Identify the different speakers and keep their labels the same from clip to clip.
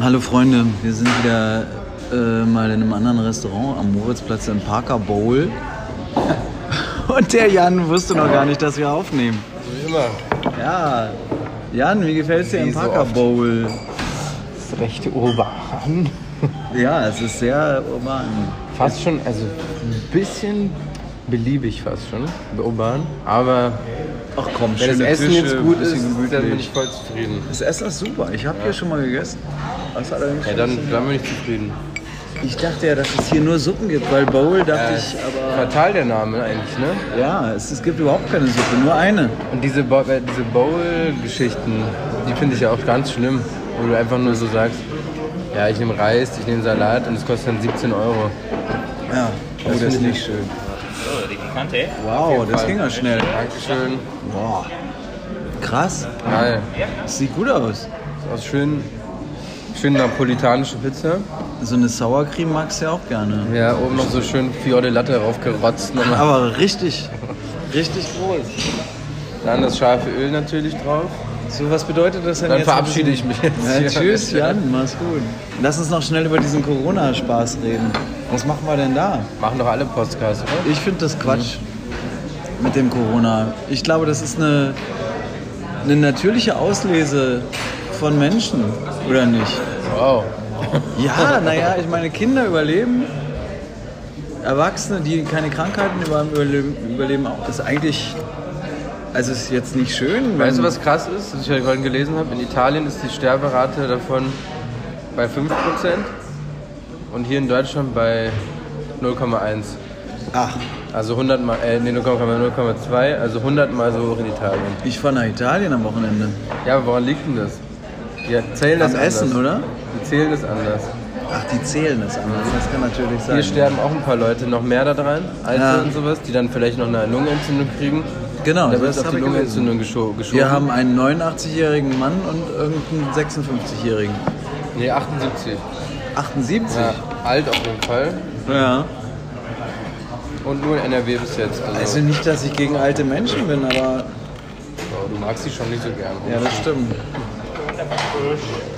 Speaker 1: Hallo Freunde, wir sind wieder äh, mal in einem anderen Restaurant am Moritzplatz im Parker Bowl. Und der Jan wusste noch gar nicht, dass wir aufnehmen.
Speaker 2: Wie immer.
Speaker 1: Ja, Jan, wie gefällt's dir
Speaker 2: Wie
Speaker 1: im
Speaker 2: so
Speaker 1: Parker
Speaker 2: oft.
Speaker 1: Bowl?
Speaker 2: Das rechte Oberarm.
Speaker 1: Ja, es ist sehr urban.
Speaker 2: Fast schon, also ein bisschen beliebig fast schon, urban. Aber
Speaker 1: Ach komm,
Speaker 2: wenn das
Speaker 1: schöne
Speaker 2: Essen
Speaker 1: Küche,
Speaker 2: jetzt gut
Speaker 1: bisschen
Speaker 2: ist, dann
Speaker 1: gemütlich.
Speaker 2: bin ich voll zufrieden.
Speaker 1: Das Essen ist super. Ich habe hier schon mal gegessen. Das hat allerdings
Speaker 2: Ja,
Speaker 1: schon
Speaker 2: dann, dann bin ich zufrieden.
Speaker 1: Ich dachte ja, dass es hier nur Suppen gibt, weil Bowl dachte ich, aber.
Speaker 2: Fatal Äh, der Name eigentlich, ne?
Speaker 1: Ja, es, es gibt überhaupt keine Suppe, nur eine.
Speaker 2: Und diese, Bo äh, diese Bowl-Geschichten, die finde ich ja auch ganz schlimm. Wo du einfach nur so sagst, ja, ich nehme Reis, ich nehme Salat und es kostet dann 17 Euro.
Speaker 1: Ja, oh, das
Speaker 2: finde
Speaker 1: ist
Speaker 2: ich
Speaker 1: nicht schön.
Speaker 3: So, die Picante.
Speaker 1: Wow, das
Speaker 2: Fall.
Speaker 1: ging ja schnell.
Speaker 2: Dankeschön.
Speaker 1: Wow. Krass,
Speaker 2: Geil.
Speaker 1: das sieht gut aus.
Speaker 2: Ist Aus schön, schön napolitanische Pizza.
Speaker 1: So eine Sour Cream magst du ja auch gerne.
Speaker 2: Ja, oben noch so schön Fiore Latte raufgerotzt. Nochmal.
Speaker 1: Aber richtig, richtig groß.
Speaker 2: Dann das scharfe Öl natürlich drauf.
Speaker 1: So, was bedeutet das denn
Speaker 2: Dann
Speaker 1: jetzt?
Speaker 2: verabschiede ich mich jetzt.
Speaker 1: Ja,
Speaker 2: hier.
Speaker 1: tschüss, Jan, mach's gut. Lass uns noch schnell über diesen Corona-Spaß reden. Was machen wir denn da?
Speaker 2: Machen doch alle Podcasts, oder?
Speaker 1: Ich finde das Quatsch mit dem Corona. Ich glaube, das ist eine, eine natürliche Auslese von Menschen, oder nicht?
Speaker 2: Wow.
Speaker 1: Ja, naja, ich meine, Kinder überleben, Erwachsene, die keine Krankheiten über- überleben, überleben auch. Ist eigentlich, also ist jetzt nicht schön. wenn-
Speaker 2: Weißt du, was krass ist, was ich heute vorhin gelesen habe? In Italien ist die Sterberate davon bei 5% und hier in Deutschland bei 0,1.
Speaker 1: Ach,
Speaker 2: Also 100 mal, äh, nee, 0,2, also 100 mal so hoch in Italien.
Speaker 1: ich fahre nach Italien am Wochenende.
Speaker 2: Ja, aber woran liegt denn das? Die zählen
Speaker 1: Am
Speaker 2: das anders.
Speaker 1: Essen, oder?
Speaker 2: Die zählen das anders.
Speaker 1: Ach, die zählen das anders. Das kann natürlich sein.
Speaker 2: Hier sterben auch ein paar Leute noch mehr da dran, Alte
Speaker 1: Ja.
Speaker 2: und sowas, die dann vielleicht noch eine Lungenentzündung kriegen.
Speaker 1: Genau,
Speaker 2: da
Speaker 1: das
Speaker 2: wird es auf
Speaker 1: habe
Speaker 2: die
Speaker 1: ich gelesen.
Speaker 2: Lungenentzündung gescho geschoben.
Speaker 1: Wir haben einen 89-jährigen Mann und irgendeinen 56-jährigen.
Speaker 2: nee, 78.
Speaker 1: 78?
Speaker 2: Ja, alt auf jeden Fall.
Speaker 1: ja.
Speaker 2: Und nur in NRW bis jetzt. Also,
Speaker 1: Also nicht, dass ich gegen alte Menschen bin, aber
Speaker 2: oh, du magst sie schon nicht so gern.
Speaker 1: ja, das stimmt.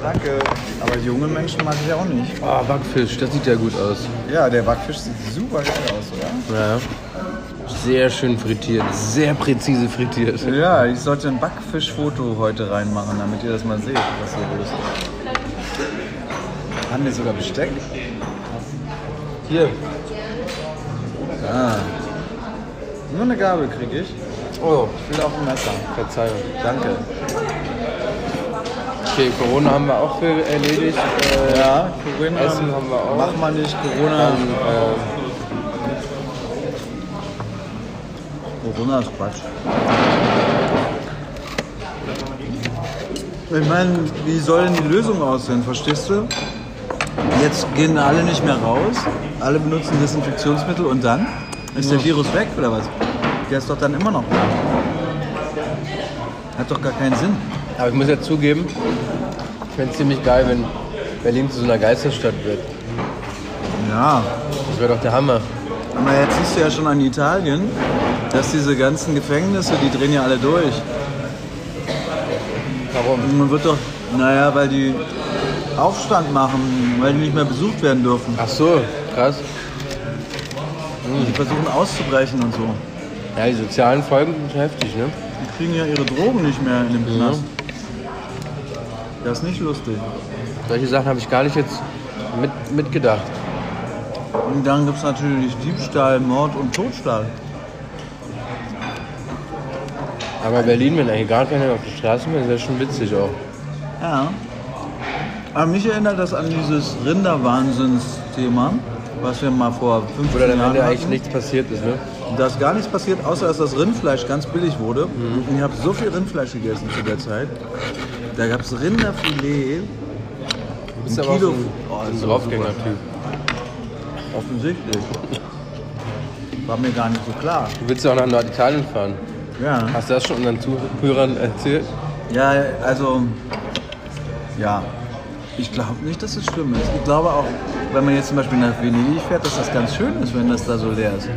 Speaker 1: Danke. Aber junge Menschen mag ich auch nicht.
Speaker 2: Oh, Backfisch, das sieht ja gut aus.
Speaker 1: Ja, der Backfisch sieht super geil aus, oder?
Speaker 2: Ja. Sehr schön frittiert, sehr präzise frittiert.
Speaker 1: Ja, ich sollte ein Backfischfoto heute reinmachen, damit ihr das mal seht, was hier los ist. Haben wir sogar Besteck?
Speaker 2: Hier.
Speaker 1: Nur eine Gabel kriege ich.
Speaker 2: Oh,
Speaker 1: Ich will auch ein Messer.
Speaker 2: Verzeihung.
Speaker 1: Danke.
Speaker 2: Okay, Corona haben wir auch für erledigt. Äh,
Speaker 1: Ja, Corona.
Speaker 2: Essen haben wir auch.
Speaker 1: Mach mal nicht Corona.
Speaker 2: Dann, äh,
Speaker 1: Corona ist Quatsch. Ich meine, wie soll denn die Lösung aussehen, verstehst du? Jetzt gehen alle nicht mehr raus, alle benutzen Desinfektionsmittel und dann ist der Virus weg oder was? Der ist doch dann immer noch da. Hat doch gar keinen Sinn.
Speaker 2: aber ich muss ja zugeben, ich fände es ziemlich geil, wenn Berlin zu so einer Geisterstadt wird.
Speaker 1: Ja,
Speaker 2: Das wäre doch der Hammer.
Speaker 1: aber jetzt siehst du ja schon an Italien, dass diese ganzen Gefängnisse, die drehen ja alle durch.
Speaker 2: Warum?
Speaker 1: Man wird doch, naja, weil die Aufstand machen, weil die nicht mehr besucht werden dürfen.
Speaker 2: Ach so, krass.
Speaker 1: Die versuchen auszubrechen und so.
Speaker 2: Ja, die sozialen Folgen sind schon heftig, ne?
Speaker 1: Die kriegen ja ihre Drogen nicht mehr in dem Knast. Das ist nicht lustig.
Speaker 2: Solche Sachen habe ich gar nicht jetzt mit, mitgedacht.
Speaker 1: Und dann gibt es natürlich Diebstahl, Mord und Totstahl.
Speaker 2: Aber Berlin, wenn eigentlich gar keiner auf die Straße mehr ist, wäre schon witzig auch.
Speaker 1: Ja. Aber mich erinnert das an dieses Rinderwahnsinns-Thema, was wir mal vor 15
Speaker 2: Oder dann,
Speaker 1: Jahren
Speaker 2: wenn da eigentlich
Speaker 1: hatten.
Speaker 2: nichts passiert ist, ne?
Speaker 1: dass gar nichts passiert, außer dass das Rindfleisch ganz billig wurde. Und ich habe so viel Rindfleisch gegessen zu der Zeit. Da gab es Rinderfilet.
Speaker 2: Du bist
Speaker 1: Ein
Speaker 2: aber auch
Speaker 1: Kilo-
Speaker 2: so ein,
Speaker 1: Oh,
Speaker 2: so
Speaker 1: das
Speaker 2: ein
Speaker 1: ist
Speaker 2: Draufgänger-Typ.
Speaker 1: Offensichtlich. War mir gar nicht so klar.
Speaker 2: Du willst ja auch nach Norditalien fahren.
Speaker 1: Ja.
Speaker 2: Hast du das schon unseren Zuhörern erzählt?
Speaker 1: Ja, also. Ja. Ich glaube nicht, dass es schlimm ist. Ich glaube auch, wenn man jetzt zum Beispiel nach Venedig fährt, dass das ganz schön ist, wenn das da so leer ist.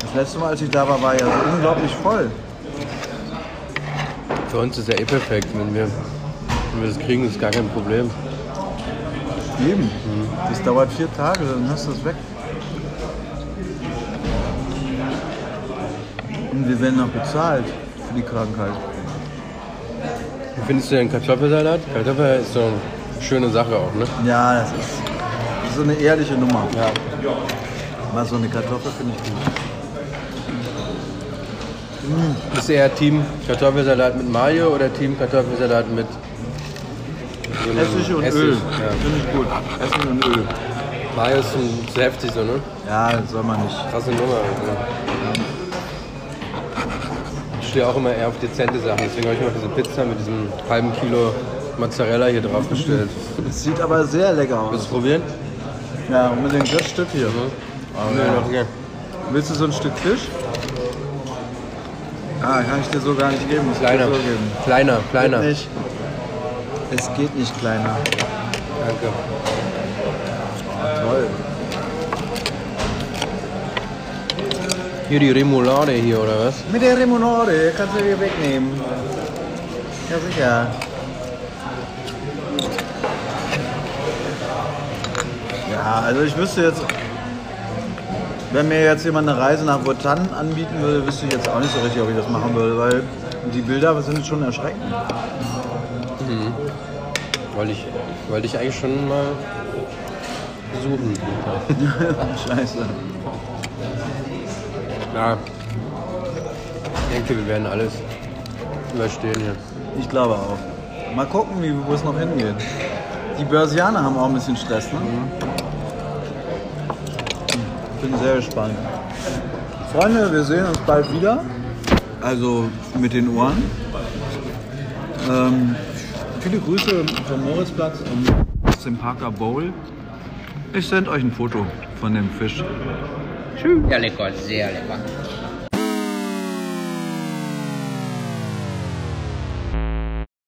Speaker 1: Das letzte Mal, als ich da war, war ja so unglaublich voll.
Speaker 2: Für uns ist er eh perfekt. Wenn wir, wenn wir das kriegen, ist gar kein Problem.
Speaker 1: Eben. Das dauert vier Tage, dann hast du es weg. Und wir werden noch bezahlt für die Krankheit.
Speaker 2: Wie findest du den Kartoffelsalat? Kartoffel ist so eine schöne Sache auch, ne?
Speaker 1: Ja, das ist, das ist so eine ehrliche Nummer.
Speaker 2: Ja.
Speaker 1: Mal so eine Kartoffel finde ich gut.
Speaker 2: Bist du eher Team Kartoffelsalat mit Mayo oder Team Kartoffelsalat mit so einem
Speaker 1: Essig und
Speaker 2: Essig?
Speaker 1: Öl.
Speaker 2: Ja.
Speaker 1: Finde ich gut. Essig und Öl.
Speaker 2: Mayo ist schon zu heftig so, ne?
Speaker 1: Ja, das soll man nicht.
Speaker 2: Krasse Nummer. Ne? Ich stehe auch immer eher auf dezente Sachen, deswegen habe ich mal diese Pizza mit diesem halben Kilo Mozzarella hier drauf bestellt.
Speaker 1: Es sieht aber sehr lecker
Speaker 2: Willst
Speaker 1: aus.
Speaker 2: du probieren?
Speaker 1: Ja, unbedingt das Stück hier.
Speaker 2: ja. okay.
Speaker 1: Willst du so ein Stück Fisch? Ah, kann ich dir so gar nicht geben. Muss ich
Speaker 2: Kleiner,
Speaker 1: Dir so geben.
Speaker 2: kleiner, kleiner.
Speaker 1: Geht nicht. Es geht nicht kleiner.
Speaker 2: Danke.
Speaker 1: Toll.
Speaker 2: Hier die Remoulade hier, oder was?
Speaker 1: Mit der Remoulade kannst du dir wegnehmen. Ja, sicher. Ja, also ich wüsste jetzt, wenn mir jetzt jemand eine Reise nach Bhutan anbieten würde, wüsste ich jetzt auch nicht so richtig, ob ich das machen würde, weil die Bilder sind schon erschreckend.
Speaker 2: Wollte ich, wollte ich eigentlich schon mal besuchen.
Speaker 1: Scheiße.
Speaker 2: Ja. Ich denke, wir werden alles überstehen hier.
Speaker 1: Ich glaube auch. Mal gucken, wie, wo es noch hingeht. Die Börsianer haben auch ein bisschen Stress, ne? Hm, Bin sehr gespannt. Freunde, wir sehen uns bald wieder. Also mit den Ohren. Ähm, viele Grüße vom Moritzplatz und aus dem Parker Bowl. Ich sende euch ein Foto von dem Fisch.
Speaker 3: Ja, lecker, sehr lecker.